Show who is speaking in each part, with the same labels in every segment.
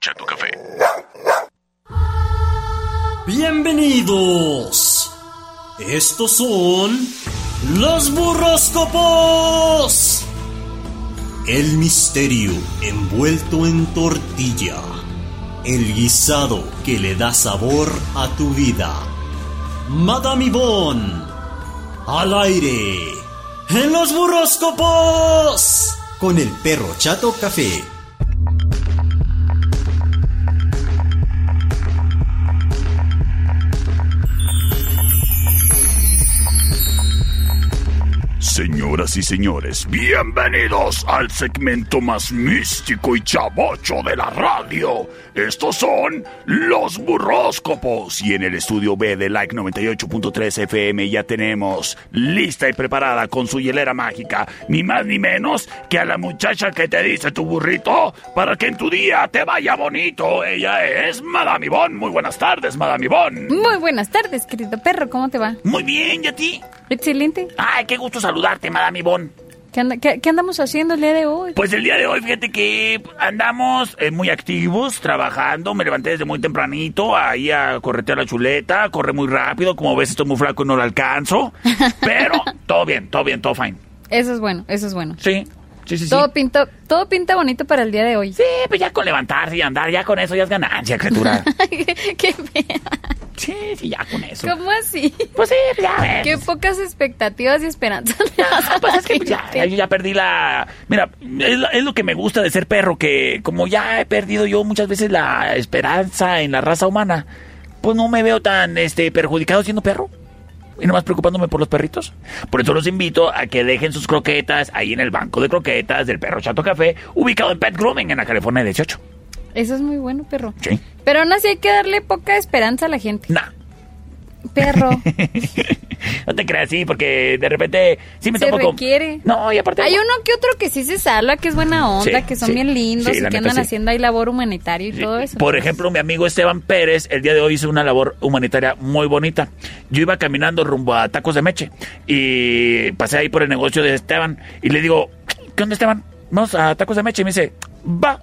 Speaker 1: echa tu café.
Speaker 2: Bienvenidos. Estos son los burroscopos. El misterio envuelto en tortilla. El guisado que le da sabor a tu vida. Madame Yvonne. Al aire. En los burroscopos. Con el perro chato café.
Speaker 1: Señoras y señores, bienvenidos al segmento más místico y chavocho de la radio. Estos son los burróscopos. Y en el estudio B de Like 98.3 FM ya tenemos lista y preparada con su hielera mágica, ni más ni menos que a la muchacha que te dice tu burrito para que en tu día te vaya bonito. Ella es Madame Ivonne. Muy buenas tardes, Madame Ivonne.
Speaker 3: Muy buenas tardes, querido perro, ¿cómo te va?
Speaker 1: Muy bien, ¿y a ti?
Speaker 3: Excelente.
Speaker 1: Ay, qué gusto saludarte, Madame Ivonne.
Speaker 3: ¿Qué, anda- qué- qué andamos haciendo el día de hoy?
Speaker 1: Pues el día de hoy, fíjate que andamos eh, muy activos, trabajando. Me levanté desde muy tempranito, ahí a corretear la chuleta, corre muy rápido. Como ves, estoy muy flaco y no lo alcanzo. Pero todo bien, todo bien, todo fine.
Speaker 3: Eso es bueno, eso es bueno.
Speaker 1: Sí, sí, sí. sí.
Speaker 3: Todo, pinta, todo pinta bonito para el día de hoy.
Speaker 1: Sí, pues ya con levantarse y andar, ya con eso ya es ganancia, criatura.
Speaker 3: qué fea.
Speaker 1: Sí, sí, ya con eso.
Speaker 3: ¿Cómo así?
Speaker 1: Pues sí, ya ves.
Speaker 3: Qué pocas expectativas y esperanzas. le das
Speaker 1: Ah,
Speaker 3: a
Speaker 1: pues
Speaker 3: la
Speaker 1: es que ya,
Speaker 3: gente.
Speaker 1: yo ya perdí la... Mira, es, la- es lo que me gusta de ser perro, que como ya he perdido yo muchas veces la esperanza en la raza humana, pues no me veo tan este perjudicado siendo perro. Y nomás preocupándome por los perritos. Por eso los invito a que dejen sus croquetas ahí en el banco de croquetas del perro Chato Café, ubicado en Pet Grooming, en la California 18.
Speaker 3: Eso es muy bueno, perro.
Speaker 1: Sí.
Speaker 3: Pero aún así hay que darle poca esperanza a la gente.
Speaker 1: Nah.
Speaker 3: Perro.
Speaker 1: no te creas así, porque de repente sí me
Speaker 3: Se
Speaker 1: topo con-
Speaker 3: requiere.
Speaker 1: No, y aparte...
Speaker 3: Hay uno que otro que sí se salva, que es buena onda,
Speaker 1: Sí,
Speaker 3: que son
Speaker 1: sí,
Speaker 3: bien lindos
Speaker 1: sí,
Speaker 3: y
Speaker 1: la
Speaker 3: que
Speaker 1: neta
Speaker 3: andan
Speaker 1: sí.
Speaker 3: haciendo ahí labor humanitaria y todo eso.
Speaker 1: Por ejemplo, mi amigo Esteban Pérez el día de hoy hizo una labor humanitaria muy bonita. Yo iba caminando rumbo a Tacos de Meche y pasé ahí por el negocio de Esteban y le digo, ¿qué onda Esteban? Vamos a Tacos de Meche y me dice, va.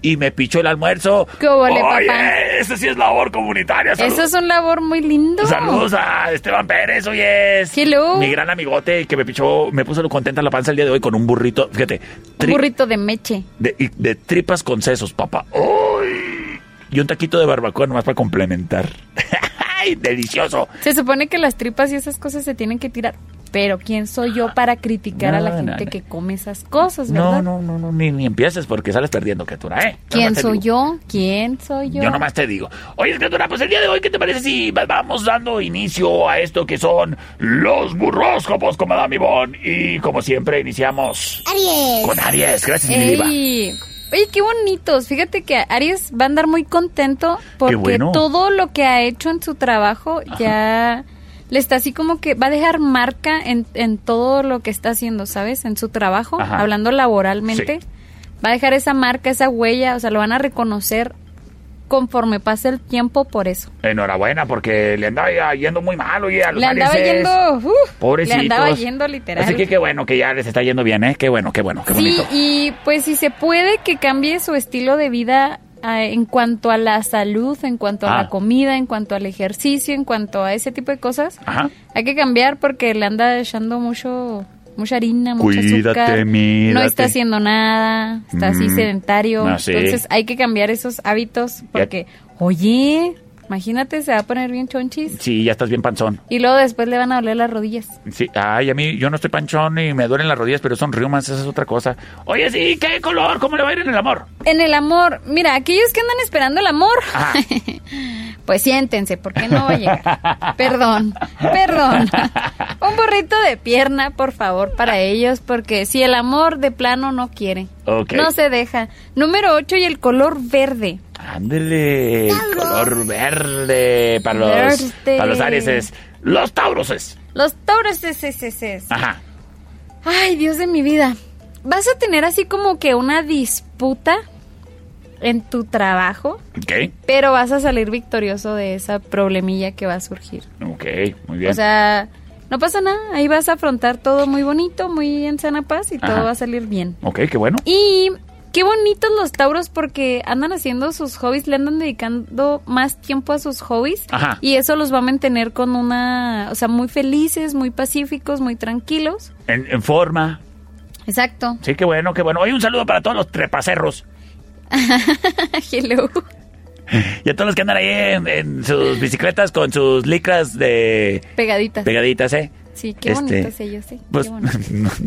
Speaker 1: Y me pichó el almuerzo.
Speaker 3: ¿Qué huele,
Speaker 1: Oye,
Speaker 3: papá?
Speaker 1: esa sí es labor comunitaria. Salud-
Speaker 3: Eso es un labor muy lindo.
Speaker 1: Saludos a Esteban Pérez, hoy es
Speaker 3: Hello.
Speaker 1: mi gran amigote que me pichó, me puso contenta la panza el día de hoy con un burrito, fíjate,
Speaker 3: Un
Speaker 1: tri-
Speaker 3: burrito de meche.
Speaker 1: de, y de tripas con sesos, papá. ¡Uy! Y un taquito de barbacoa nomás para complementar. ¡Ay, delicioso!
Speaker 3: Se supone que las tripas y esas cosas se tienen que tirar. Pero ¿quién soy yo para criticar a la
Speaker 1: No, no,
Speaker 3: gente
Speaker 1: no.
Speaker 3: que come esas cosas,
Speaker 1: No,
Speaker 3: Pues, verdad?
Speaker 1: no, no, no, ni, ni empieces porque sales perdiendo, criatura, ¿eh?
Speaker 3: ¿Quién
Speaker 1: Nomás te
Speaker 3: soy
Speaker 1: digo.
Speaker 3: yo? ¿Quién soy yo?
Speaker 1: Yo nomás te digo. Oye, criatura, pues el día de hoy, ¿qué te parece si va- vamos dando inicio a esto que son los burróscopos con Madame Ivonne? Y como siempre, iniciamos
Speaker 4: Aries,
Speaker 1: con Aries. Gracias, mi diva.
Speaker 3: Ey. Oye, qué bonitos. Fíjate que Aries va a andar muy contento porque
Speaker 1: bueno.
Speaker 3: todo lo que ha hecho en su trabajo ya le está así como que va a dejar marca en, en todo lo que está haciendo, ¿sabes? En su trabajo,
Speaker 1: Ajá.
Speaker 3: hablando laboralmente.
Speaker 1: Sí.
Speaker 3: Va a dejar esa marca, esa huella, o sea, lo van a reconocer conforme pase el tiempo por eso.
Speaker 1: Enhorabuena porque le andaba ya yendo muy mal, oye, a los
Speaker 3: Le andaba
Speaker 1: arieses.
Speaker 3: yendo, uh,
Speaker 1: Pobrecitos.
Speaker 3: le andaba yendo literal.
Speaker 1: Así que qué bueno que ya les está yendo bien, ¿eh? Qué bueno, qué bueno, qué
Speaker 3: Sí,
Speaker 1: bonito.
Speaker 3: y pues si se puede que cambie su estilo de vida ah, en cuanto a la salud, en cuanto a
Speaker 1: Ah.
Speaker 3: la comida, en cuanto al ejercicio, en cuanto a ese tipo de cosas,
Speaker 1: Ajá.
Speaker 3: hay que cambiar porque le anda echando mucho mucha harina, mucha
Speaker 1: Cuídate,
Speaker 3: azúcar. No
Speaker 1: mírate.
Speaker 3: está haciendo nada, está así
Speaker 1: Mm,
Speaker 3: sedentario.
Speaker 1: ah, sí.
Speaker 3: Entonces hay que cambiar esos hábitos porque, oye, imagínate, se va a poner bien chonchis
Speaker 1: Sí, ya estás bien panzón.
Speaker 3: y luego después le van a doler las rodillas.
Speaker 1: Sí, ay, a mí yo no estoy panchón y me duelen las rodillas, pero son riumas, esa es otra cosa. Oye, sí, qué color, ¿cómo le va a ir en el amor?
Speaker 3: En el amor, mira, aquellos que andan esperando el amor,
Speaker 1: Ajá.
Speaker 3: pues siéntense, porque no va a llegar. perdón, perdón. Un burrito de pierna, por favor, para ellos, porque si el amor de plano no quiere,
Speaker 1: Ok.
Speaker 3: no se deja. Número 8 y el color verde.
Speaker 1: Ándele, color verde para los
Speaker 3: Verde.
Speaker 1: para los Arieses, los Tauroses.
Speaker 3: Los toros, es, es, es, es.
Speaker 1: Ajá.
Speaker 3: Ay, Dios de mi vida. Vas a tener así como que una disputa en tu trabajo,
Speaker 1: Ok.
Speaker 3: pero vas a salir victorioso de esa problemilla que va a surgir.
Speaker 1: Ok, muy bien.
Speaker 3: O sea, no pasa nada. Ahí vas a afrontar todo muy bonito, muy en sana paz y
Speaker 1: Ajá.
Speaker 3: todo va a salir bien.
Speaker 1: ok, qué bueno.
Speaker 3: Y Qué bonitos los tauros porque andan haciendo sus hobbies, le andan dedicando más tiempo a sus hobbies
Speaker 1: Ajá.
Speaker 3: y eso los va a mantener con una, o sea, muy felices, muy pacíficos, muy tranquilos.
Speaker 1: En, en forma.
Speaker 3: Exacto.
Speaker 1: Sí, qué bueno, qué bueno. Oye, un saludo para todos los trepacerros
Speaker 3: Hello.
Speaker 1: y a todos los que andan ahí en, en sus bicicletas con sus licras de
Speaker 3: Pegaditas.
Speaker 1: pegaditas, ¿eh?
Speaker 3: sí, qué
Speaker 1: este,
Speaker 3: bonitos ellos, sí.
Speaker 1: Pues,
Speaker 3: qué bonitos.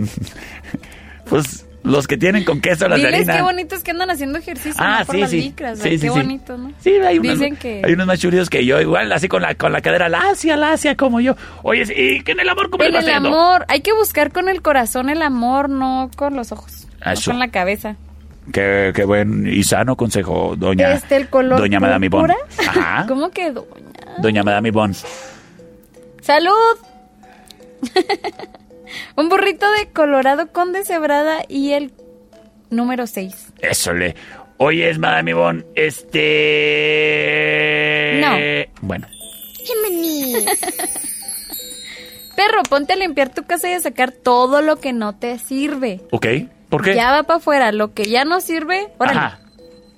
Speaker 1: pues los que tienen con queso las de
Speaker 3: Diles
Speaker 1: harina.
Speaker 3: qué bonitos que andan haciendo ejercicio
Speaker 1: Ah,
Speaker 3: ¿no? por
Speaker 1: sí,
Speaker 3: las
Speaker 1: sí.
Speaker 3: licras,
Speaker 1: Sí,
Speaker 3: ¿verdad?
Speaker 1: sí,
Speaker 3: qué
Speaker 1: sí.
Speaker 3: bonito, ¿no?
Speaker 1: Sí, hay unos,
Speaker 3: Dicen que
Speaker 1: hay unos más churios que yo, igual, así con la, con la cadera lacia, lacia, como yo. Oye, ¿y qué en el amor cómo
Speaker 3: en
Speaker 1: le va
Speaker 3: el
Speaker 1: haciendo?
Speaker 3: amor, hay que buscar con el corazón el amor, no con los ojos, no
Speaker 1: Eso.
Speaker 3: con la cabeza.
Speaker 1: Qué, qué buen y sano consejo, doña.
Speaker 3: Este, el color
Speaker 1: Doña Madame Ivonne.
Speaker 3: púrpura.
Speaker 1: Ajá.
Speaker 3: ¿Cómo que doña?
Speaker 1: Doña Madame Ivonne.
Speaker 3: ¡Salud! Un burrito de Colorado con deshebrada y el número 6.
Speaker 1: Eso le. Oye, es Madame Ivonne, este.
Speaker 3: No.
Speaker 1: Bueno.
Speaker 3: Perro, ponte a limpiar tu casa y a sacar todo lo que no te sirve.
Speaker 1: Ok. ¿Por qué?
Speaker 3: Ya va para afuera, lo que ya no sirve, órale,
Speaker 1: Ajá.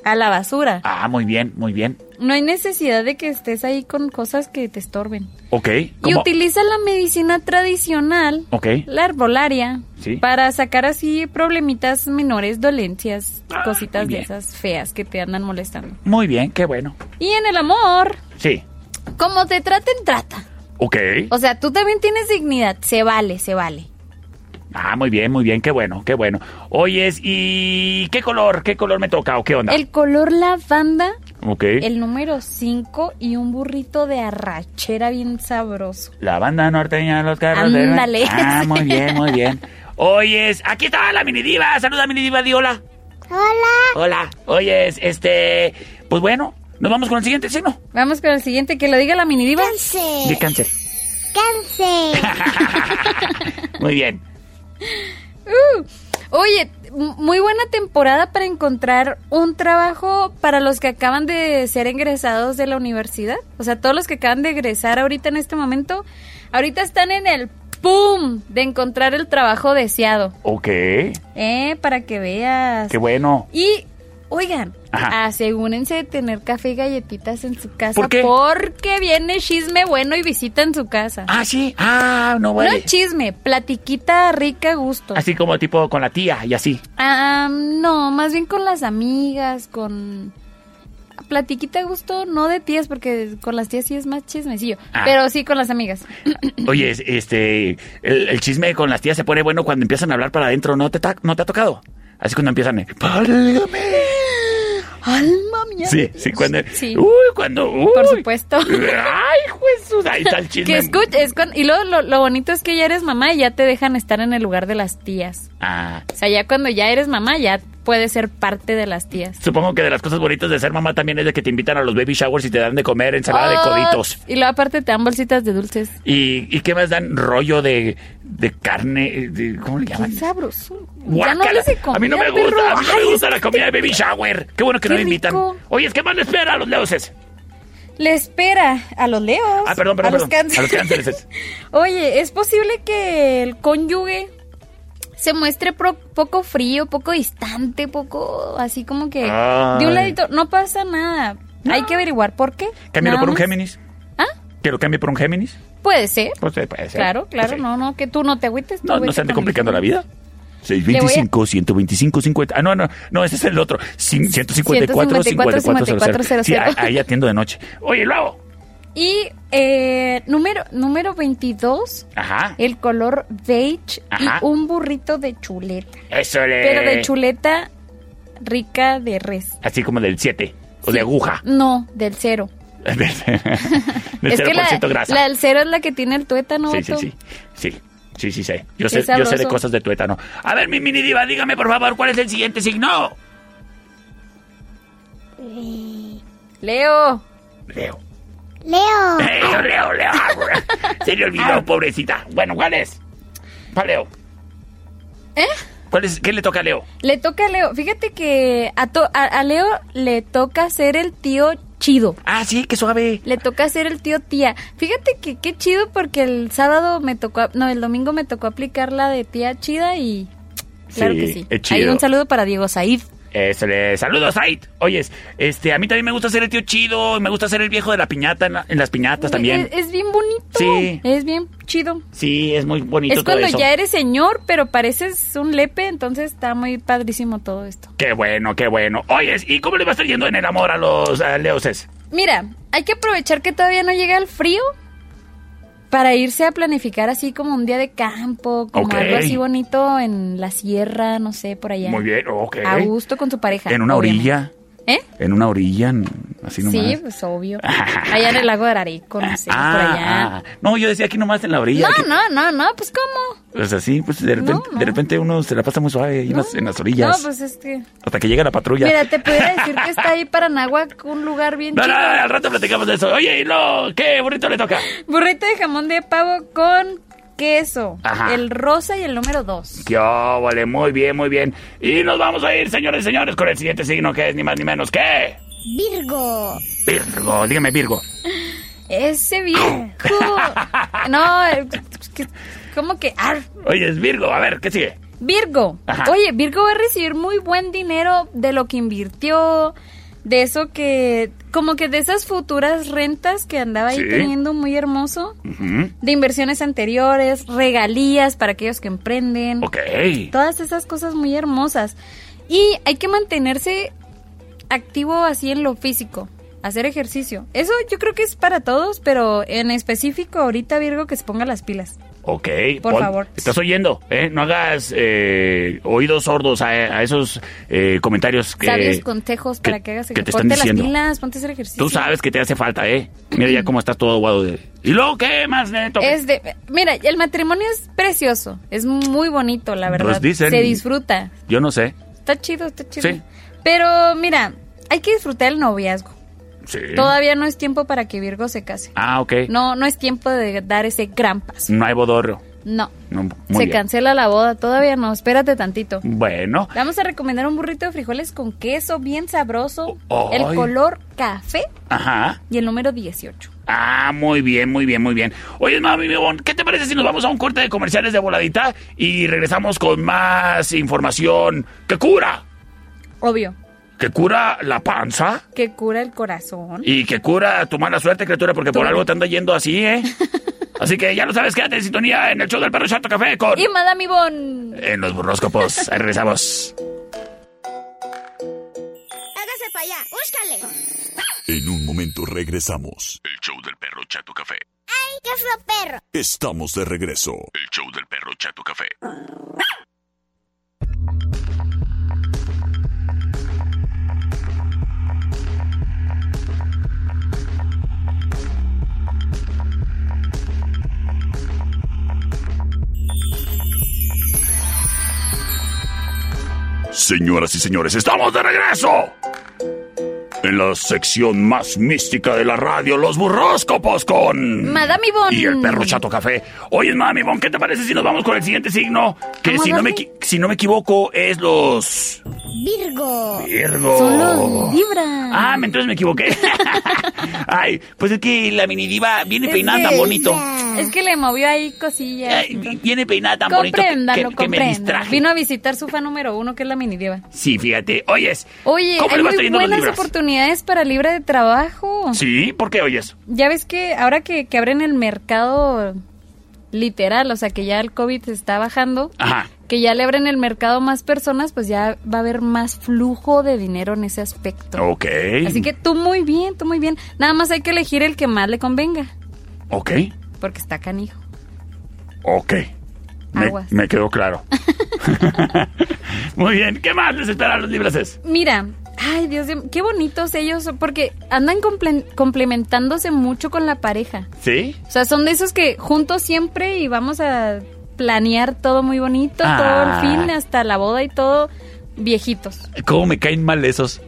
Speaker 3: a la basura.
Speaker 1: Ah, muy bien, muy bien.
Speaker 3: No hay necesidad de que estés ahí con cosas que te estorben.
Speaker 1: Ok.
Speaker 3: Y
Speaker 1: ¿Cómo?
Speaker 3: utiliza la medicina tradicional,
Speaker 1: Ok.
Speaker 3: la herbolaria,
Speaker 1: Sí.
Speaker 3: para sacar así problemitas menores, dolencias,
Speaker 1: Ah,
Speaker 3: cositas
Speaker 1: muy
Speaker 3: de
Speaker 1: bien.
Speaker 3: esas feas que te andan molestando.
Speaker 1: Muy bien, qué bueno.
Speaker 3: Y en el amor,
Speaker 1: Sí.
Speaker 3: como te traten, trata.
Speaker 1: Ok.
Speaker 3: O sea, tú también tienes dignidad, se vale, se vale.
Speaker 1: Ah, muy bien, muy bien, qué bueno, qué bueno. Oyes, ¿y qué color? ¿Qué color me toca o qué onda?
Speaker 3: El color lavanda,
Speaker 1: Ok.
Speaker 3: el número 5 y un burrito de arrachera bien sabroso.
Speaker 1: La banda norteña de los carros.
Speaker 3: Ándale.
Speaker 1: Ah, muy bien, muy bien. Oyes, aquí está la mini diva. Saluda, mini diva, di hola. Hola. Hola. Oyes, este. Pues bueno, nos vamos con el siguiente signo.
Speaker 3: Vamos con el siguiente, que lo diga la mini diva.
Speaker 1: De
Speaker 4: Cáncer.
Speaker 1: cáncer.
Speaker 4: Cáncer.
Speaker 1: Muy bien.
Speaker 3: Oye, m- muy buena temporada para encontrar un trabajo para los que acaban de ser egresados de la universidad. O sea, todos los que acaban de egresar ahorita en este momento, ahorita están en el ¡pum! de encontrar el trabajo deseado.
Speaker 1: Ok.
Speaker 3: Eh, para que veas.
Speaker 1: Qué bueno.
Speaker 3: Y, oigan,
Speaker 1: Ajá.
Speaker 3: asegúrense de tener café y galletitas en su casa.
Speaker 1: ¿Por qué?
Speaker 3: Porque viene chisme bueno y visita en su casa.
Speaker 1: Ah, sí. Ah, no,
Speaker 3: no
Speaker 1: vale.
Speaker 3: chisme, platiquita rica a gusto.
Speaker 1: Así como tipo con la tía y así.
Speaker 3: Ah, no, más bien con las amigas, con... Platiquita a gusto, no de tías, porque con las tías sí es más chismecillo.
Speaker 1: Ah.
Speaker 3: Pero sí con las amigas.
Speaker 1: Oye, es- este, el, el chisme con las tías se pone bueno cuando empiezan a hablar para adentro. ¿No te, ta- no te ha tocado? Así cuando empiezan. eh, "Válgame".
Speaker 3: ¡Alma mía!
Speaker 1: Sí, sí, cuando.
Speaker 3: Sí.
Speaker 1: Uy, cuando. uy.
Speaker 3: Por supuesto.
Speaker 1: Ay, Jesús, ahí está el chisme.
Speaker 3: Que escucha, es cuan- y luego lo, lo bonito es que ya eres mamá y ya te dejan estar en el lugar de las tías.
Speaker 1: Ah,
Speaker 3: O sea, ya cuando ya eres mamá, ya puedes ser parte de las tías.
Speaker 1: supongo que de las cosas bonitas de ser mamá también es de que te invitan a los baby showers y te dan de comer ensalada
Speaker 3: Oh,
Speaker 1: de coditos.
Speaker 3: Y luego aparte te dan bolsitas de dulces.
Speaker 1: ¿Y, ¿Y qué más dan? Rollo de, de carne. de- ¿Cómo le llaman?
Speaker 3: ¡Qué sabroso! Ya no
Speaker 1: Guácala.
Speaker 3: hables de comida,
Speaker 1: a mí no me
Speaker 3: perro.
Speaker 1: gusta, a mí no me
Speaker 3: Ay, este
Speaker 1: gusta la comida de baby shower. Qué bueno que no
Speaker 3: Qué
Speaker 1: le invitan.
Speaker 3: rico.
Speaker 1: Oye, es que más le espera a los leoses.
Speaker 3: Le espera a los leos.
Speaker 1: Ah, perdón, perdón,
Speaker 3: a los
Speaker 1: perdón. A los
Speaker 3: cánceres.
Speaker 1: cánceres.
Speaker 3: Oye, ¿es posible que el cónyuge se muestre pro- poco frío, poco distante, poco así como que
Speaker 1: Ay.
Speaker 3: de un ladito? No pasa nada. Hay que averiguar por qué.
Speaker 1: Cámbialo
Speaker 3: nada
Speaker 1: por un
Speaker 3: más.
Speaker 1: Géminis.
Speaker 3: ¿Ah?
Speaker 1: ¿Que lo cambie por un Géminis?
Speaker 3: Puede ser.
Speaker 1: Pues, eh, puede ser.
Speaker 3: Claro, claro,
Speaker 1: Pues, sí.
Speaker 3: no, no, que tú no te agüites. tú
Speaker 1: No, no
Speaker 3: vete
Speaker 1: se ande
Speaker 3: con
Speaker 1: complicando
Speaker 3: el-
Speaker 1: la vida.
Speaker 3: Le voy a-
Speaker 1: 625, 125, 50. Ah, no, no, no, ese es el otro. Cin- 154,
Speaker 3: 154,
Speaker 1: 54,
Speaker 3: 54,
Speaker 1: Sí, ahí- ahí atiendo de noche. Oye, luego.
Speaker 3: Y eh, número, número 22,
Speaker 1: Ajá.
Speaker 3: el color beige
Speaker 1: Ajá.
Speaker 3: y un burrito de chuleta.
Speaker 1: Eso le.
Speaker 3: Pero de chuleta rica de res.
Speaker 1: Así como del 7 o de aguja.
Speaker 3: No, del cero.
Speaker 1: Del
Speaker 3: es que
Speaker 1: 0%
Speaker 3: la,
Speaker 1: grasa.
Speaker 3: la del cero es la que tiene el tuétano.
Speaker 1: Sí, sí,
Speaker 3: vato.
Speaker 1: sí. Sí. Sí, sí, sé. Yo sé,
Speaker 3: Qué
Speaker 1: yo sé de
Speaker 3: sabroso.
Speaker 1: cosas de tuétano. A ver, mi mini diva, dígame por favor, ¿cuál es el siguiente signo?
Speaker 3: Leo.
Speaker 1: Leo.
Speaker 4: Leo.
Speaker 1: Leo, Leo, Leo. Se le
Speaker 3: Ah.
Speaker 1: olvidó, pobrecita. Bueno, ¿cuál es? Para Leo.
Speaker 3: ¿Eh?
Speaker 1: ¿Cuál es? ¿Qué le toca a Leo?
Speaker 3: Le toca a Leo. Fíjate que a, to- a- a Leo le toca ser el tío chido.
Speaker 1: Ah, sí, qué suave.
Speaker 3: Le toca ser el tío tía. Fíjate que qué chido porque el sábado me tocó, no, el domingo me tocó aplicar la de tía chida y claro
Speaker 1: Sí,
Speaker 3: que sí.
Speaker 1: es chido.
Speaker 3: Ahí un saludo para Diego Said.
Speaker 1: Este, saludos, Said. Oyes, este, a mí también me gusta ser el tío chido, y me gusta ser el viejo de la piñata en, la- en las piñatas también.
Speaker 3: Es, es bien bonito.
Speaker 1: Sí.
Speaker 3: Es bien chido.
Speaker 1: Sí, es muy bonito
Speaker 3: Es
Speaker 1: todo
Speaker 3: cuando
Speaker 1: eso.
Speaker 3: ya eres señor, pero pareces un lepe, entonces está muy padrísimo todo esto.
Speaker 1: Qué bueno, qué bueno. Oyes, ¿y cómo le va a estar yendo en el amor a los eh, leoses?
Speaker 3: Mira, hay que aprovechar que todavía no llega el frío para irse a planificar así como un día de campo, como
Speaker 1: Ok.
Speaker 3: algo así bonito en la sierra, no sé, por allá.
Speaker 1: Muy bien, ok.
Speaker 3: A gusto con tu pareja.
Speaker 1: En una
Speaker 3: obviamente.
Speaker 1: orilla,
Speaker 3: ¿Eh?
Speaker 1: en una orilla, n- así nomás.
Speaker 3: Sí, pues obvio. Allá en el lago de Ararico, no sé, por allá.
Speaker 1: ah. no, yo decía aquí nomás en la orilla.
Speaker 3: No,
Speaker 1: que-
Speaker 3: no, no, no, pues ¿cómo?
Speaker 1: Pues así, pues de repente,
Speaker 3: No, no.
Speaker 1: de repente uno se la pasa muy suave ahí en, las, en las
Speaker 3: No,
Speaker 1: orillas.
Speaker 3: pues es que...
Speaker 1: Hasta que llega la patrulla.
Speaker 3: Mira, te pudiera decir que está ahí Paranahuac, un lugar bien
Speaker 1: No, no,
Speaker 3: chido.
Speaker 1: al rato platicamos de eso. Oye, ¿y lo, ¿qué burrito le toca?
Speaker 3: Burrito de jamón de pavo con queso.
Speaker 1: Ajá.
Speaker 3: El rosa y el número dos.
Speaker 1: Qué vale, muy bien, muy bien. Y nos vamos a ir, señores y señores, con el siguiente signo que es ni más ni menos que...
Speaker 4: Virgo,
Speaker 1: Virgo, dígame Virgo.
Speaker 3: Ese viejo. no, eh, que- ¿cómo que? Ar,
Speaker 1: Oye, es Virgo, a ver, ¿qué sigue?
Speaker 3: Virgo.
Speaker 1: Ajá.
Speaker 3: Oye, Virgo va a recibir muy buen dinero de lo que invirtió. De eso que, como que de esas futuras rentas que andaba ahí
Speaker 1: Sí.
Speaker 3: teniendo muy hermoso.
Speaker 1: Ujú,
Speaker 3: De inversiones anteriores, regalías para aquellos que emprenden.
Speaker 1: Ok.
Speaker 3: todas esas cosas muy hermosas. Y hay que mantenerse activo así en lo físico, hacer ejercicio. Eso yo creo que es para todos, pero en específico ahorita Virgo que se ponga las pilas.
Speaker 1: Ok.
Speaker 3: Por favor.
Speaker 1: Estás oyendo, ¿eh? No hagas eh, oídos sordos a, a esos eh, comentarios que...
Speaker 3: Sabios consejos para
Speaker 1: que-
Speaker 3: que, hagas
Speaker 1: que te
Speaker 3: ejercicio.
Speaker 1: están
Speaker 3: Ponte
Speaker 1: diciendo.
Speaker 3: las pilas, ponte a hacer ejercicio.
Speaker 1: Tú sabes que te hace falta, ¿eh? Mira ya cómo estás todo aguado. De... ¿Y luego qué más, Neto?
Speaker 3: Es de- mira, el matrimonio es precioso, es muy bonito, la verdad.
Speaker 1: Pues dicen.
Speaker 3: Se disfruta.
Speaker 1: Yo no sé.
Speaker 3: Está chido, está chido.
Speaker 1: Sí.
Speaker 3: Pero mira, hay que disfrutar el noviazgo.
Speaker 1: Sí.
Speaker 3: Todavía no es tiempo para que Virgo se case.
Speaker 1: Ah, ok. No,
Speaker 3: No, no es tiempo de dar ese gran paso.
Speaker 1: hay bodorro.
Speaker 3: No.
Speaker 1: No, muy
Speaker 3: se
Speaker 1: bien.
Speaker 3: cancela la boda, todavía no, espérate tantito.
Speaker 1: Bueno.
Speaker 3: Le Vamos a recomendar un burrito de frijoles con queso bien sabroso,
Speaker 1: O- Oh, ay.
Speaker 3: el color café
Speaker 1: Ajá.
Speaker 3: y el número 18.
Speaker 1: Ah, muy bien, muy bien, muy bien. Oye, mami, mi bon, ¿qué te parece si nos vamos a un corte de comerciales de voladita y regresamos con más información que cura?
Speaker 3: Obvio,
Speaker 1: Que cura la panza
Speaker 3: que cura el corazón.
Speaker 1: y que cura tu mala suerte, criatura, porque por
Speaker 3: Tú.
Speaker 1: algo te anda yendo así, ¿eh? Así que ya lo sabes, quédate en sintonía en el show del perro Chato Café con...
Speaker 3: Y Madame Yvonne.
Speaker 1: En los burroscopos. Ahí regresamos.
Speaker 4: hágase para allá, búscale.
Speaker 5: En un momento regresamos.
Speaker 1: El show del perro Chato Café.
Speaker 4: ¡Ay, qué feo perro!
Speaker 5: Estamos de regreso.
Speaker 1: El show del perro Chato Café. Señoras y señores, estamos de regreso. En la sección más mística de la radio, los burroscopos con...
Speaker 3: Madame Yvonne.
Speaker 1: Y el perro chato café. Oye, mami, Bon, ¿qué te parece si nos vamos con el siguiente signo? Que
Speaker 3: Vamos
Speaker 1: si
Speaker 3: a
Speaker 1: no, me,
Speaker 3: darle.
Speaker 1: equi- si no me equivoco es los...
Speaker 4: Virgo,
Speaker 1: Virgo.
Speaker 3: Son los Libra.
Speaker 1: Ah, me- entonces me equivoqué. Ay, pues es que la mini diva viene
Speaker 3: Es
Speaker 1: peinada
Speaker 3: que-
Speaker 1: tan bonito.
Speaker 3: Es que le movió ahí cosillas.
Speaker 1: Ay, vi- viene peinada tan bonito que-
Speaker 3: comprendan,
Speaker 1: que,
Speaker 3: lo
Speaker 1: que me
Speaker 3: comprendan.
Speaker 1: distraje.
Speaker 3: Vino a visitar su fan número uno, que es la minidiva.
Speaker 1: Sí, fíjate. Oyes.
Speaker 3: Oye,
Speaker 1: ¿cómo
Speaker 3: hay
Speaker 1: le va a estar
Speaker 3: muy
Speaker 1: yendo a los
Speaker 3: buenas
Speaker 1: libros?
Speaker 3: oportunidades para Libra de trabajo.
Speaker 1: Sí, ¿por qué oyes?
Speaker 3: Ya ves que ahora que, que abren el mercado literal, o sea que ya el COVID se está bajando,
Speaker 1: Ajá.
Speaker 3: que ya le abren el mercado a más personas, pues ya va a haber más flujo de dinero en ese aspecto.
Speaker 1: Ok.
Speaker 3: Así que tú muy bien, tú muy bien. Nada más hay que elegir el que más le convenga,
Speaker 1: Ok,
Speaker 3: porque está canijo.
Speaker 1: ok. Me,
Speaker 3: Aguas.
Speaker 1: me quedó claro. Muy bien, ¿qué más les espera a los libros? es?
Speaker 3: Mira, ay Dios mío, qué bonitos ellos, son, porque andan comple- complementándose mucho con la pareja.
Speaker 1: ¿Sí?
Speaker 3: O sea, son de esos que juntos siempre y vamos a planear todo muy bonito, todo
Speaker 1: Ah.
Speaker 3: al fin, hasta la boda y todo viejitos.
Speaker 1: ¿Cómo me caen mal esos?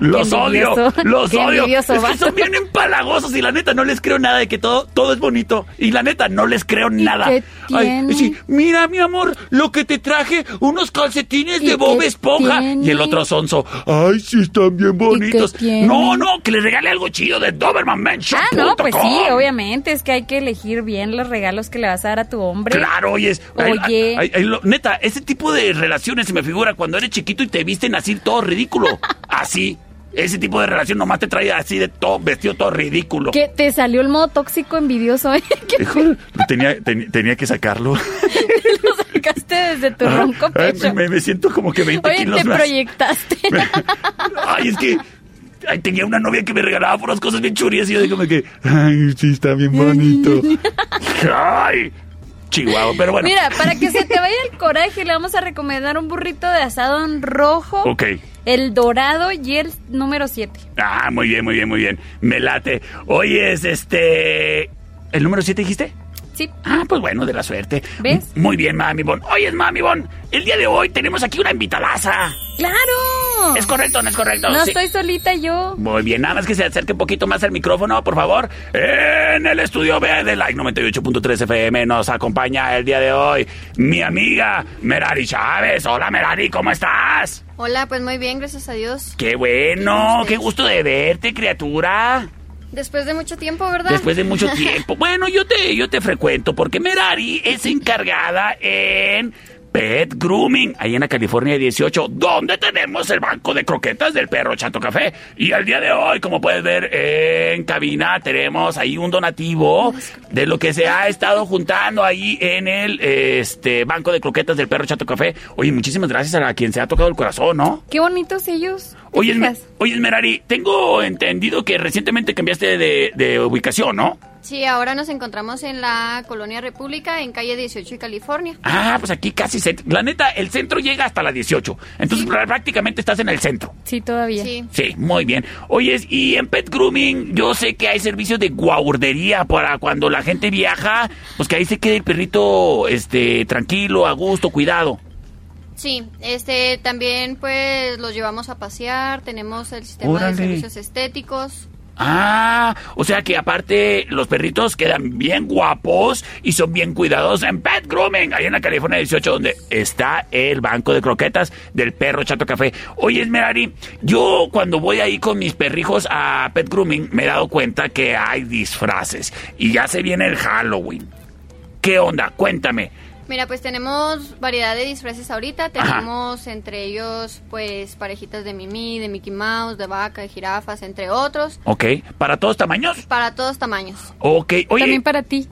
Speaker 1: Los
Speaker 3: Qué
Speaker 1: odio,
Speaker 3: envidioso.
Speaker 1: los
Speaker 3: Qué
Speaker 1: odio. Es
Speaker 3: envidioso,
Speaker 1: que
Speaker 3: vato.
Speaker 1: son bien empalagosos y la neta no les creo nada de que todo, todo es bonito. Y la neta no les creo nada.
Speaker 3: qué tiene?
Speaker 1: sí, mira, mi amor, lo que te traje, unos calcetines
Speaker 3: ¿Y
Speaker 1: de Bob
Speaker 3: qué
Speaker 1: Esponja.
Speaker 3: tiene?
Speaker 1: Y el otro sonso, ay, sí, están bien bonitos.
Speaker 3: tiene?
Speaker 1: No, no, que le regale algo chido de Doberman Mansion.
Speaker 3: Ah, no, pues sí, obviamente, es que hay que elegir bien los regalos que le vas a dar a tu hombre.
Speaker 1: Claro, oye. es- ay,
Speaker 3: Oye.
Speaker 1: ay, ay, lo- neta, ese tipo de relaciones se me figura cuando eres chiquito y te visten así todo ridículo. Así. Ese tipo de relación nomás te trae así de todo, vestido todo ridículo.
Speaker 3: Que te salió el modo tóxico envidioso, ¿eh? Que
Speaker 1: Hijo, lo tenía, ten- tenía que sacarlo.
Speaker 3: lo sacaste desde tu ronco
Speaker 1: Ay,
Speaker 3: pecho.
Speaker 1: me, me siento como que 20
Speaker 3: Oye,
Speaker 1: kilos
Speaker 3: te
Speaker 1: más.
Speaker 3: proyectaste.
Speaker 1: Ay, es que ay, tenía una novia que me regalaba puras cosas bien churias y yo digo como que, ay, sí, está bien bonito. ay, chihuahua, pero bueno.
Speaker 3: Mira, para que se te vaya el coraje, le vamos a recomendar un burrito de asado en rojo,
Speaker 1: Ok.
Speaker 3: el dorado y el número 7.
Speaker 1: Ah, muy bien, muy bien, muy bien. Me late. Oye, es este... ¿El número 7 dijiste?
Speaker 3: Sí.
Speaker 1: Ah, pues bueno, de la suerte.
Speaker 3: ¿Ves?
Speaker 1: Muy bien, Mami Bon. Oye, Mami Bon, el día de hoy tenemos aquí una invitadaza.
Speaker 3: ¡Claro!
Speaker 1: ¿Es correcto o no es correcto?
Speaker 3: No
Speaker 1: Sí.
Speaker 3: estoy solita yo.
Speaker 1: Muy bien, nada más que se acerque un poquito más al micrófono, por favor. En el estudio B de Like 98.3 FM nos acompaña el día de hoy mi amiga Merari Chávez. Hola Merari, ¿cómo estás?
Speaker 6: Hola, pues muy bien, gracias a Dios.
Speaker 1: Qué bueno, qué gusto de verte, criatura.
Speaker 6: Después de mucho tiempo, ¿verdad?
Speaker 1: Después de mucho tiempo. Bueno, yo te, yo te frecuento porque Merari es encargada en Pet Grooming, ahí en la California 18, donde tenemos el banco de croquetas del perro Chato Café. Y al día de hoy, como puedes ver en cabina, tenemos ahí un donativo de lo que se ha estado juntando ahí en el este banco de croquetas del perro Chato Café. Oye, muchísimas gracias a quien se ha tocado el corazón, ¿no?
Speaker 3: Qué bonitos ellos. ¿Te
Speaker 1: Oye, Esme-
Speaker 3: fijas?
Speaker 1: oye, Merari, tengo entendido que recientemente cambiaste de, de ubicación, ¿no?
Speaker 6: Sí, ahora nos encontramos en la Colonia República, en calle 18 y California.
Speaker 1: Ah, pues aquí casi se... La neta, el centro llega hasta la 18. Entonces prá- prácticamente estás en el centro.
Speaker 3: Sí, todavía.
Speaker 6: Sí.
Speaker 1: Sí, muy bien. Oyes, y en Pet Grooming yo sé que hay servicios de guaurdería para cuando la gente viaja, pues que ahí se quede el perrito este, tranquilo, a gusto, cuidado.
Speaker 6: Sí, este también pues los llevamos a pasear, tenemos el sistema
Speaker 1: Órale.
Speaker 6: de servicios estéticos.
Speaker 1: Ah, o sea que aparte los perritos quedan bien guapos y son bien cuidados en Pet Grooming, ahí en la California 18, donde está el banco de croquetas del perro Chato Café. Oye, Esmerari, yo cuando voy ahí con mis perrijos a Pet Grooming me he dado cuenta que hay disfraces y ya se viene el Halloween. ¿Qué onda? Cuéntame.
Speaker 6: Mira, pues tenemos variedad de disfraces ahorita,
Speaker 1: Ajá.
Speaker 6: tenemos entre ellos pues parejitas de Mimi, de Mickey Mouse, de vaca, de jirafas, entre otros,
Speaker 1: ¿Ok? ¿Para todos tamaños?
Speaker 6: para todos tamaños.
Speaker 1: Ok. Oye,
Speaker 3: También para ti.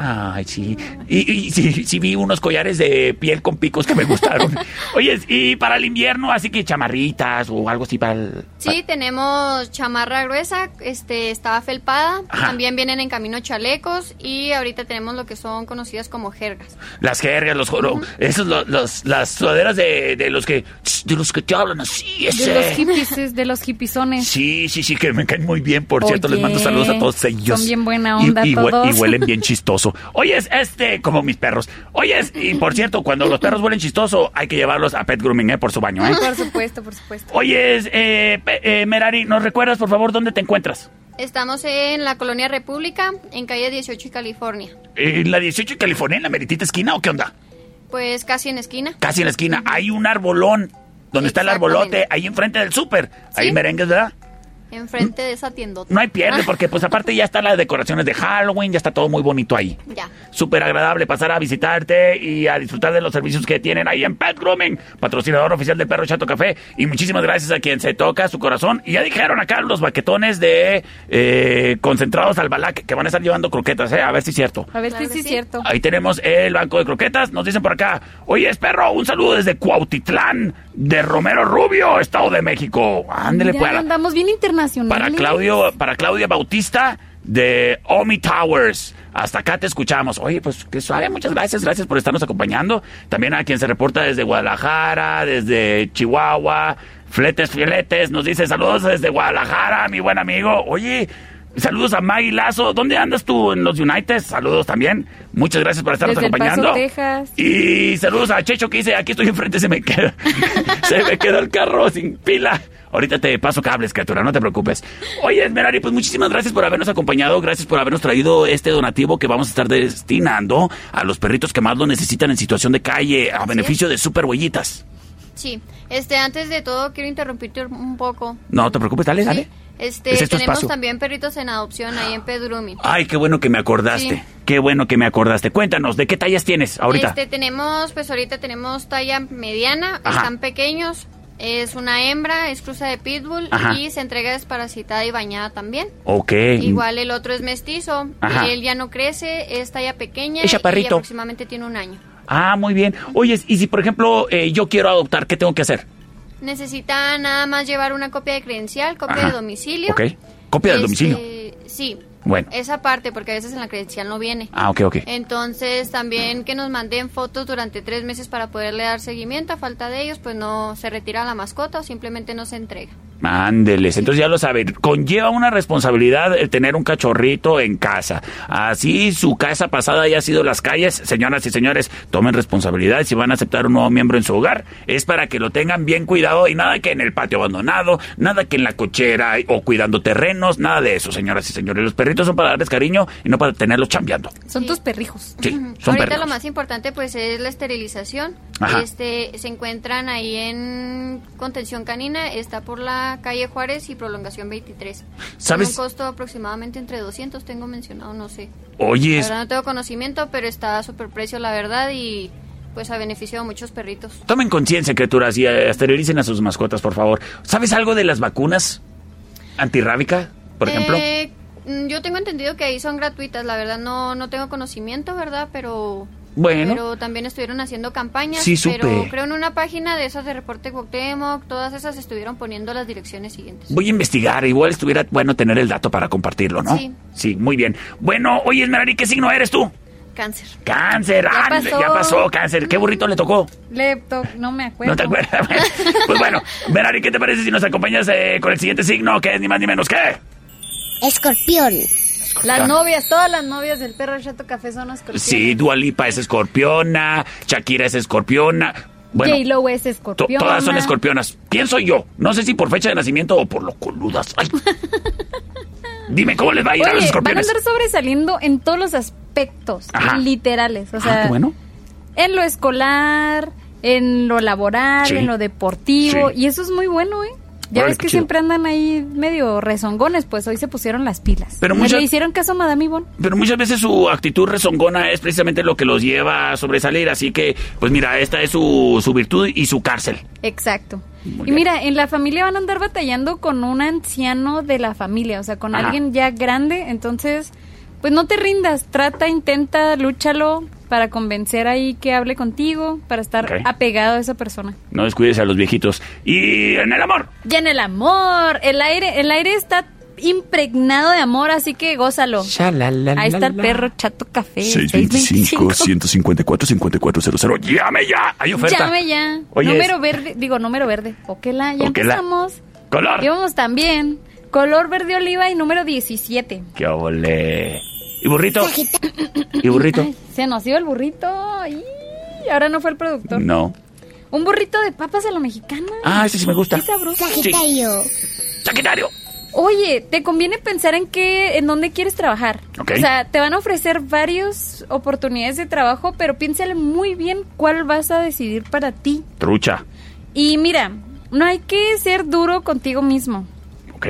Speaker 1: Ay, sí. Y, y sí, sí vi unos collares de piel con picos que me gustaron. Oye, y para el invierno, así que chamarritas o algo así para el...
Speaker 6: Sí, tenemos chamarra gruesa, este, está felpada,
Speaker 1: Ajá.
Speaker 6: también vienen en camino chalecos y ahorita tenemos lo que son conocidas como jergas.
Speaker 1: Las jergas, los joro... Esos, lo- los- las sudaderas de, de los que... De los que te hablan así,
Speaker 3: De los
Speaker 1: ese...
Speaker 3: hippies, de los hippizones.
Speaker 1: Sí, sí, sí, que me caen muy bien, por cierto. Les
Speaker 3: Oye,
Speaker 1: mando saludos a todos ellos.
Speaker 3: son bien buena
Speaker 1: Y-
Speaker 3: onda
Speaker 1: y, hue-
Speaker 3: todos.
Speaker 1: y huelen bien chistoso. Oye, este, como mis perros. Oye, y por cierto, cuando los perros huelen chistoso, hay que llevarlos a Pet Grooming, ¿eh? Por su baño, ¿eh?
Speaker 3: Por supuesto, por supuesto.
Speaker 1: Oye, eh, pe- eh, Merari, ¿nos recuerdas, por favor, dónde te encuentras?
Speaker 6: Estamos en la colonia República, en calle 18 y California,
Speaker 1: ¿En la 18 y California, en la meritita esquina o qué onda?
Speaker 6: pues casi en esquina.
Speaker 1: Casi en la esquina. Hay un arbolón. Donde está el arbolote,
Speaker 6: Exactamente.
Speaker 1: ahí enfrente del súper. Ahí
Speaker 6: Sí. Ah.
Speaker 1: merengues, ¿verdad?
Speaker 6: Enfrente de esa tiendota.
Speaker 1: No hay pierde, porque pues aparte ya están las decoraciones de Halloween, ya está todo muy bonito ahí.
Speaker 6: Ya.
Speaker 1: Súper agradable pasar a visitarte y a disfrutar de los servicios que tienen ahí en Pet Grooming, patrocinador oficial del Perro Chato Café. Y muchísimas gracias a quien se toca su corazón. Y ya dijeron acá los baquetones de eh, concentrados al balac que van a estar llevando croquetas, ¿eh? a ver si es cierto.
Speaker 3: A ver
Speaker 6: Claro
Speaker 3: si
Speaker 6: que
Speaker 3: sí es
Speaker 6: sí.
Speaker 3: cierto.
Speaker 1: Ahí tenemos el banco de croquetas. Nos dicen por acá, oye, es perro, un saludo desde Cuautitlán, de Romero Rubio, Estado de México. Ándele,
Speaker 3: Ya
Speaker 1: pues. a la-
Speaker 3: andamos bien internacionales.
Speaker 1: Para Claudio, para Claudia Bautista, de Omi Towers. Hasta acá te escuchamos. Oye, pues qué suave, muchas gracias, gracias por estarnos acompañando. También a quien se reporta desde Guadalajara, desde Chihuahua, Fletes Fieletes, nos dice saludos desde Guadalajara, mi buen amigo. Oye, saludos a Maggie Lazo. ¿Dónde andas tú en los United? Saludos también. Muchas gracias por estarnos
Speaker 3: Desde El Paso,
Speaker 1: acompañando.
Speaker 3: Texas.
Speaker 1: Y saludos a Checho que dice, aquí estoy enfrente, se me queda. se me queda el carro sin pila. Ahorita te paso cables, criatura, no te preocupes. Oye, Esmerari, pues muchísimas gracias por habernos acompañado, gracias por habernos traído este donativo que vamos a estar destinando a los perritos que más lo necesitan en situación de calle, a beneficio de super huellitas.
Speaker 6: Sí, este, antes de todo quiero interrumpirte un poco.
Speaker 1: No te preocupes, dale,
Speaker 6: ¿sí?
Speaker 1: dale.
Speaker 6: Este,
Speaker 1: Ese es tu
Speaker 6: tenemos
Speaker 1: espacio.
Speaker 6: también perritos en adopción ahí en Pedrumi.
Speaker 1: Ay, qué bueno que me acordaste.
Speaker 6: Sí.
Speaker 1: Qué bueno que me acordaste. Cuéntanos, ¿de qué tallas tienes ahorita?
Speaker 6: Este, tenemos, pues ahorita tenemos talla mediana,
Speaker 1: Ajá.
Speaker 6: están pequeños. Es una hembra, es cruza de pitbull
Speaker 1: Ajá.
Speaker 6: y se entrega desparasitada y bañada también.
Speaker 1: Ok.
Speaker 6: Igual el otro es mestizo,
Speaker 1: Ajá.
Speaker 6: y él ya no crece, es talla pequeña
Speaker 1: Es
Speaker 6: y
Speaker 1: chaparrito.
Speaker 6: aproximadamente tiene un año.
Speaker 1: Ah, muy bien. Oye, y si por ejemplo eh, yo quiero adoptar, ¿qué tengo que hacer?
Speaker 6: Necesita nada más llevar una copia de credencial, copia
Speaker 1: Ajá.
Speaker 6: de domicilio.
Speaker 1: Ok. Copia del
Speaker 6: Este,
Speaker 1: domicilio.
Speaker 6: Sí.
Speaker 1: Bueno.
Speaker 6: Esa parte, porque a veces en la credencial no viene.
Speaker 1: Ah, ok, ok.
Speaker 6: eh, Entonces, también que nos manden fotos durante tres meses para poderle dar seguimiento. A falta de ellos, pues no se retira la mascota o simplemente no se entrega.
Speaker 1: Ándeles, entonces ya lo saben, conlleva una responsabilidad el tener un cachorrito en casa. Así su casa pasada haya sido las calles, señoras y señores, tomen responsabilidad si van a aceptar un nuevo miembro en su hogar, es para que lo tengan bien cuidado y nada que en el patio abandonado, nada que en la cochera o cuidando terrenos, nada de eso, señoras y señores. Los perritos son para darles cariño y no para tenerlos chambeando.
Speaker 3: Son
Speaker 6: Sí.
Speaker 3: tus perrijos.
Speaker 1: Sí, son
Speaker 6: Ahorita
Speaker 1: perros.
Speaker 6: lo más importante, pues, es la esterilización.
Speaker 1: Ajá.
Speaker 6: Este, se encuentran ahí en Contención Canina, está por la calle Juárez y Prolongación 23.
Speaker 1: ¿Sabes?
Speaker 6: Tiene un costo aproximadamente entre 200, tengo mencionado, no sé.
Speaker 1: Oye,
Speaker 6: La verdad no tengo conocimiento, pero está a super precio, la verdad, y pues a beneficio de muchos perritos.
Speaker 1: tomen conciencia, criaturas, y eh, esterilicen a sus mascotas, por favor. ¿Sabes algo de las vacunas antirrábica, por ejemplo?
Speaker 6: Eh, mm, yo tengo entendido que ahí son gratuitas, la verdad no, no tengo conocimiento, ¿verdad? Pero...
Speaker 1: Bueno.
Speaker 6: Pero también estuvieron haciendo campañas.
Speaker 1: Sí, supe.
Speaker 6: Pero creo en una página de esas de Reporte Cuauhtémoc, todas esas estuvieron poniendo las direcciones siguientes.
Speaker 1: Voy a investigar, igual estuviera bueno tener el dato para compartirlo, ¿no?
Speaker 6: Sí.
Speaker 1: Sí, muy bien. Bueno, oye, Esmerari, ¿qué signo eres tú?
Speaker 6: Cáncer.
Speaker 1: Cáncer,
Speaker 3: Ya
Speaker 1: ande,
Speaker 3: pasó.
Speaker 1: ya pasó, cáncer. ¿Qué burrito le tocó?
Speaker 3: Lepto, no me acuerdo.
Speaker 1: No te acuerdas. pues bueno, Merari, ¿qué te parece si nos acompañas eh, con el siguiente signo, que es ni más ni menos que?
Speaker 4: Escorpión.
Speaker 3: Las novias, todas las novias del perro Chato Café son escorpiones.
Speaker 1: Sí, Dualipa es escorpiona, Shakira es escorpiona. Bueno,
Speaker 3: J-Lo es
Speaker 1: to-
Speaker 3: escorpión.
Speaker 1: todas son escorpionas. ¿Quién soy yo? No sé si por fecha de nacimiento o por lo coludas. Ay. Dime cómo les va a ir a los
Speaker 3: Oye, van a
Speaker 1: escorpiones. Ah,
Speaker 3: andar sobresaliendo en todos los aspectos
Speaker 1: Ajá.
Speaker 3: literales. O sea,
Speaker 1: Ah, qué bueno.
Speaker 3: en lo escolar, en lo laboral,
Speaker 1: Sí.
Speaker 3: en lo deportivo.
Speaker 1: Sí.
Speaker 3: Y eso es muy bueno, ¿eh? Ya
Speaker 1: Órale,
Speaker 3: ves
Speaker 1: qué
Speaker 3: que
Speaker 1: chido.
Speaker 3: siempre andan ahí medio rezongones, pues hoy se pusieron las pilas.
Speaker 1: Pero
Speaker 3: Me
Speaker 1: mucha-
Speaker 3: le hicieron caso a Madame Ivonne.
Speaker 1: Pero muchas veces su actitud rezongona es precisamente lo que los lleva a sobresalir. Así que, pues mira, esta es su, su virtud y su cárcel.
Speaker 3: Exacto.
Speaker 1: Muy
Speaker 3: y
Speaker 1: bien.
Speaker 3: mira, en la familia van a andar batallando con un anciano de la familia, o sea, con
Speaker 1: Ajá.
Speaker 3: alguien ya grande, entonces, pues no te rindas, trata, intenta, lúchalo para convencer ahí que hable contigo, para estar
Speaker 1: Ok.
Speaker 3: apegado a esa persona.
Speaker 1: No descuides a los viejitos. Y en el amor.
Speaker 3: Y en el amor, el aire, el aire está impregnado de amor, así que gózalo. Ahí está el perro chato café.
Speaker 5: 625
Speaker 3: 625.
Speaker 5: 154 5400
Speaker 1: ¡Llame ya! Hay oferta.
Speaker 3: Llame ya.
Speaker 1: Oye,
Speaker 3: número
Speaker 1: es-
Speaker 3: verde, digo número verde. Oquela, ya
Speaker 1: Oquela.
Speaker 3: empezamos.
Speaker 1: color.
Speaker 3: Íbamos también. Color verde oliva y número 17.
Speaker 1: ¡Qué ole! ¿Y burrito?
Speaker 4: Sagita-
Speaker 1: ¿Y burrito?
Speaker 3: Ay, se nos iba el burrito. Y ahora no fue el productor.
Speaker 1: No.
Speaker 3: Un burrito de papas a la mexicana.
Speaker 1: Ah, ese sí me gusta.
Speaker 3: Qué sabroso.
Speaker 4: Sagitario.
Speaker 1: Sagitario.
Speaker 3: Oye, te conviene pensar en qué, en dónde quieres trabajar.
Speaker 1: Ok.
Speaker 3: O sea, te van a ofrecer varias oportunidades de trabajo, pero piénsale muy bien cuál vas a decidir para ti.
Speaker 1: Trucha.
Speaker 3: Y mira, no hay que ser duro contigo mismo.
Speaker 1: Ok.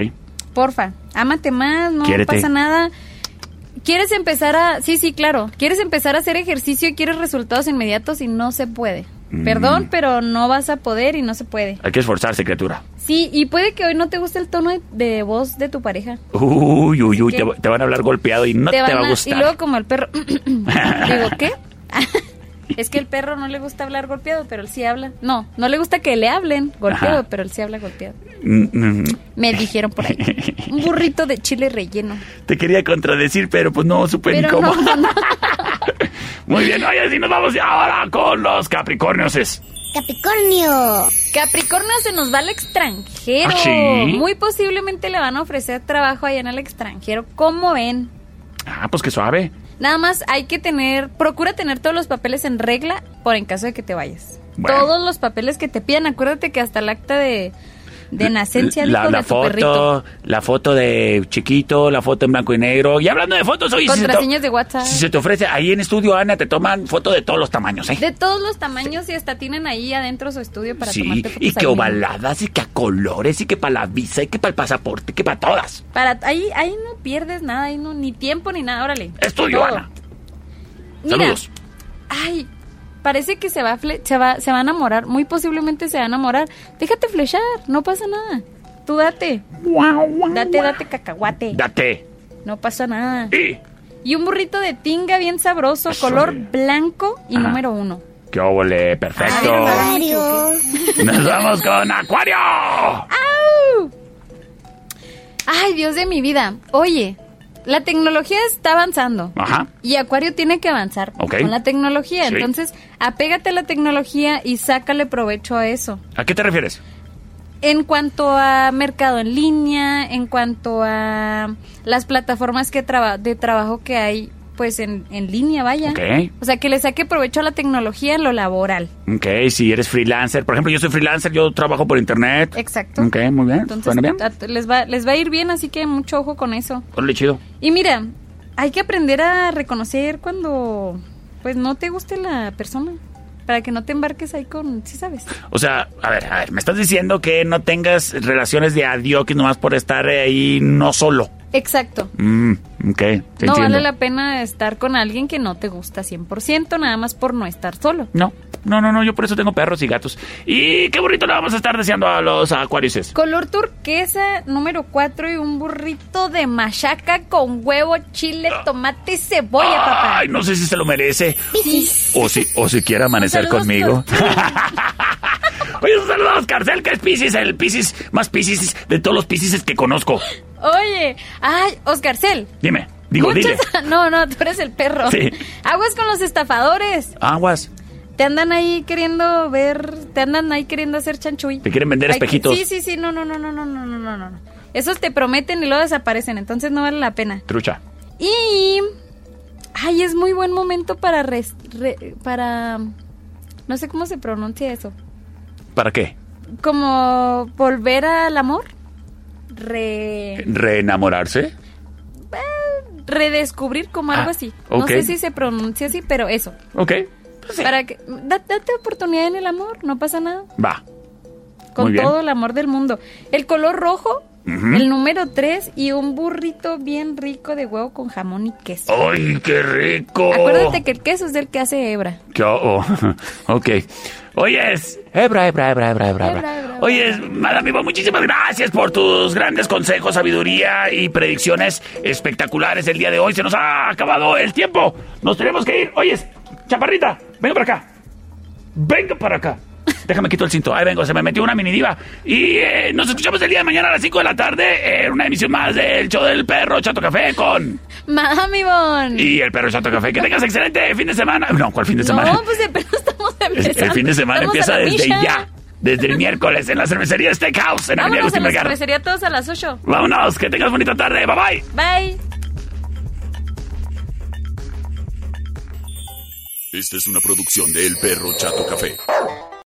Speaker 3: Porfa, ámate más, no
Speaker 1: Quiérete.
Speaker 3: pasa nada. Quieres empezar a, sí, sí, claro, quieres empezar a hacer ejercicio y quieres resultados inmediatos y no se puede.
Speaker 1: Mm.
Speaker 3: Perdón, pero no vas a poder y no se puede.
Speaker 1: Hay que esforzarse, criatura.
Speaker 3: Sí, y puede que hoy no te guste el tono de, de voz de tu pareja.
Speaker 1: Uy, uy, uy.
Speaker 3: ¿Qué?
Speaker 1: Te, va- te van a hablar golpeado y no te,
Speaker 3: van
Speaker 1: va a
Speaker 3: Y
Speaker 1: gustar.
Speaker 3: luego como el perro, digo, ¿qué? es que el perro no le gusta hablar golpeado, pero él sí habla. No, no le gusta que le hablen golpeado,
Speaker 1: Ajá.
Speaker 3: pero él sí habla golpeado.
Speaker 1: Mm, mm.
Speaker 3: Me dijeron por ahí. Un burrito de chile relleno.
Speaker 1: Te quería contradecir, pero pues no supe ni
Speaker 3: Pero
Speaker 1: cómo.
Speaker 3: no, no, no.
Speaker 1: Muy bien, oye, así nos vamos ahora con los Capricornios. es.
Speaker 4: Capricornio.
Speaker 3: Capricornio se nos va al extranjero.
Speaker 1: ¿Ah, sí?
Speaker 3: Muy posiblemente le van a ofrecer trabajo allá en el extranjero. ¿Cómo ven?
Speaker 1: Ah, pues qué suave.
Speaker 3: Nada más hay que tener, procura tener todos los papeles en regla por en caso de que te vayas.
Speaker 1: Bueno.
Speaker 3: Todos los papeles que te pidan, acuérdate que hasta el acta de De nacencia,
Speaker 1: la,
Speaker 3: dijo,
Speaker 1: la
Speaker 3: de tu
Speaker 1: foto,
Speaker 3: perrito.
Speaker 1: la foto de chiquito, la foto en blanco y negro. Y hablando de fotos, oye, si se,
Speaker 3: Contraseñas
Speaker 1: te,
Speaker 3: de WhatsApp.
Speaker 1: si se te ofrece, ahí en estudio, Ana, te toman foto de todos los tamaños, ¿eh?
Speaker 3: De todos los tamaños y hasta tienen ahí adentro su estudio para
Speaker 1: sí,
Speaker 3: tomarte fotos
Speaker 1: y que
Speaker 3: ahí mismo.
Speaker 1: ovaladas, y que a colores, y que para la visa, y que para el pasaporte, y que para todas.
Speaker 3: Para, ahí, ahí no pierdes nada, ahí no, ni tiempo ni nada, órale.
Speaker 1: Estudio,
Speaker 3: Todo.
Speaker 1: Ana.
Speaker 3: Mira,
Speaker 1: Saludos.
Speaker 3: Ay, parece que se va, a fle- se va se va a enamorar, muy posiblemente se va a enamorar. Déjate flechar, no pasa nada. Tú date. Date, date cacahuate.
Speaker 1: Date.
Speaker 3: No pasa nada.
Speaker 1: Y.
Speaker 3: Y un burrito de tinga bien sabroso,
Speaker 1: Eso,
Speaker 3: color
Speaker 1: eh.
Speaker 3: blanco y
Speaker 1: Ajá.
Speaker 3: número uno.
Speaker 1: ¡Qué óvole! ¡Perfecto!
Speaker 4: Oh.
Speaker 3: Ah,
Speaker 4: Acuario.
Speaker 1: ¡Nos vamos con Acuario!
Speaker 3: ¡Au! Ay, Dios de mi vida. Oye, la tecnología está avanzando.
Speaker 1: Ajá.
Speaker 3: Y Acuario tiene que avanzar
Speaker 1: Ok.
Speaker 3: con la tecnología.
Speaker 1: Sí.
Speaker 3: Entonces, apégate a la tecnología y sácale provecho a eso.
Speaker 1: ¿A qué te refieres?
Speaker 3: En cuanto a mercado en línea, en cuanto a las plataformas que traba- de trabajo que hay, pues en, en línea, vaya.
Speaker 1: Ok.
Speaker 3: O sea, que le saque provecho a la tecnología en lo laboral.
Speaker 1: Ok, si eres freelancer. Por ejemplo, yo soy freelancer, yo trabajo por internet.
Speaker 3: Exacto.
Speaker 1: Ok, muy bien.
Speaker 3: Entonces,
Speaker 1: ¿Suena bien?
Speaker 3: a- les, va, les va a ir bien, así que mucho ojo con eso.
Speaker 1: Órale, chido.
Speaker 3: Y mira, hay que aprender a reconocer cuando pues no te guste la persona. Para que no te embarques ahí con... Sí sabes.
Speaker 1: O sea, a ver, a ver, me estás diciendo que no tengas relaciones de adiós que nomás por estar ahí no solo.
Speaker 3: Exacto.
Speaker 1: Mm, ok, te
Speaker 3: no
Speaker 1: entiendo.
Speaker 3: vale la pena estar con alguien que no te gusta 100%, nada más por no estar solo.
Speaker 1: No, no, no, no, yo por eso tengo perros y gatos. Y qué bonito le vamos a estar deseando a los acuarices.
Speaker 3: Color turquesa número 4 y un burrito de machaca con huevo, chile, tomate y cebolla, papá.
Speaker 1: Ah. Ay, no sé si se lo merece. O si, o si quiere amanecer
Speaker 3: Saludos,
Speaker 1: conmigo.
Speaker 3: Oscar.
Speaker 1: Oye, un saludo a Oscar Cel, que es Pisces, el Pisces más Pisces de todos los Pisces que conozco.
Speaker 3: Oye, ay, Oscarcel.
Speaker 1: Dime, digo, dile.
Speaker 3: muchas- No, no, tú eres el perro.
Speaker 1: Sí.
Speaker 3: Aguas con los estafadores.
Speaker 1: Aguas,
Speaker 3: Te andan ahí queriendo ver, te andan ahí queriendo hacer chanchuy.
Speaker 1: te quieren vender
Speaker 3: Ay, que-
Speaker 1: espejitos.
Speaker 3: Sí, sí, sí, no, no, no, no, no, no, no, no, no. Esos te prometen y luego desaparecen, entonces no vale la pena.
Speaker 1: Trucha.
Speaker 3: Y. Ay, es muy buen momento para. res- re- para. No sé cómo se pronuncia eso.
Speaker 1: ¿Para qué?
Speaker 3: Como volver al amor. Re,
Speaker 1: ¿Reenamorarse?
Speaker 3: redescubrir, como
Speaker 1: Ah,
Speaker 3: algo así. No
Speaker 1: ok.
Speaker 3: sé si se pronuncia así, pero eso.
Speaker 1: Ok. Pues sí.
Speaker 3: Para que, da- date oportunidad en el amor, no pasa nada.
Speaker 1: Va. Muy
Speaker 3: Con
Speaker 1: bien.
Speaker 3: todo el amor del mundo. El color rojo, el número 3 y un burrito bien rico de huevo con jamón y queso.
Speaker 1: ¡Ay, qué rico!
Speaker 3: Acuérdate que el queso es del que hace hebra.
Speaker 1: Qué- oh, oh. ok. Oyes. Hebra, hebra, hebra, hebra, hebra.
Speaker 3: Hebra, hebra,
Speaker 1: Oyes, Madame Ivo, muchísimas gracias por tus grandes consejos, sabiduría y predicciones espectaculares el día de hoy. Se nos ha acabado el tiempo. Nos tenemos que ir. Oyes, chaparrita, venga para acá. Venga para acá. Déjame quito el cinto. Ahí vengo, se me metió una minidiva. Y eh, nos escuchamos el día de mañana a las 5 de la tarde en una emisión más del show del perro Chato Café con...
Speaker 3: Mami Bon.
Speaker 1: Y el perro Chato Café. Que tengas excelente fin de semana. No, ¿cuál fin de semana? Este,
Speaker 3: No, pues apenas estamos
Speaker 1: El,
Speaker 3: empezando.
Speaker 1: el fin de semana
Speaker 3: Estamos
Speaker 1: empieza
Speaker 3: a la
Speaker 1: desde
Speaker 3: milla.
Speaker 1: ya. Desde el miércoles en la cervecería Steakhouse en Avenida
Speaker 3: Vámonos a
Speaker 1: Agustín
Speaker 3: la
Speaker 1: Vergara.
Speaker 3: cervecería todos a las 8.
Speaker 1: Vámonos, que tengas bonita tarde. Bye bye.
Speaker 3: Bye.
Speaker 7: Esta es una producción de El Perro Chato Café.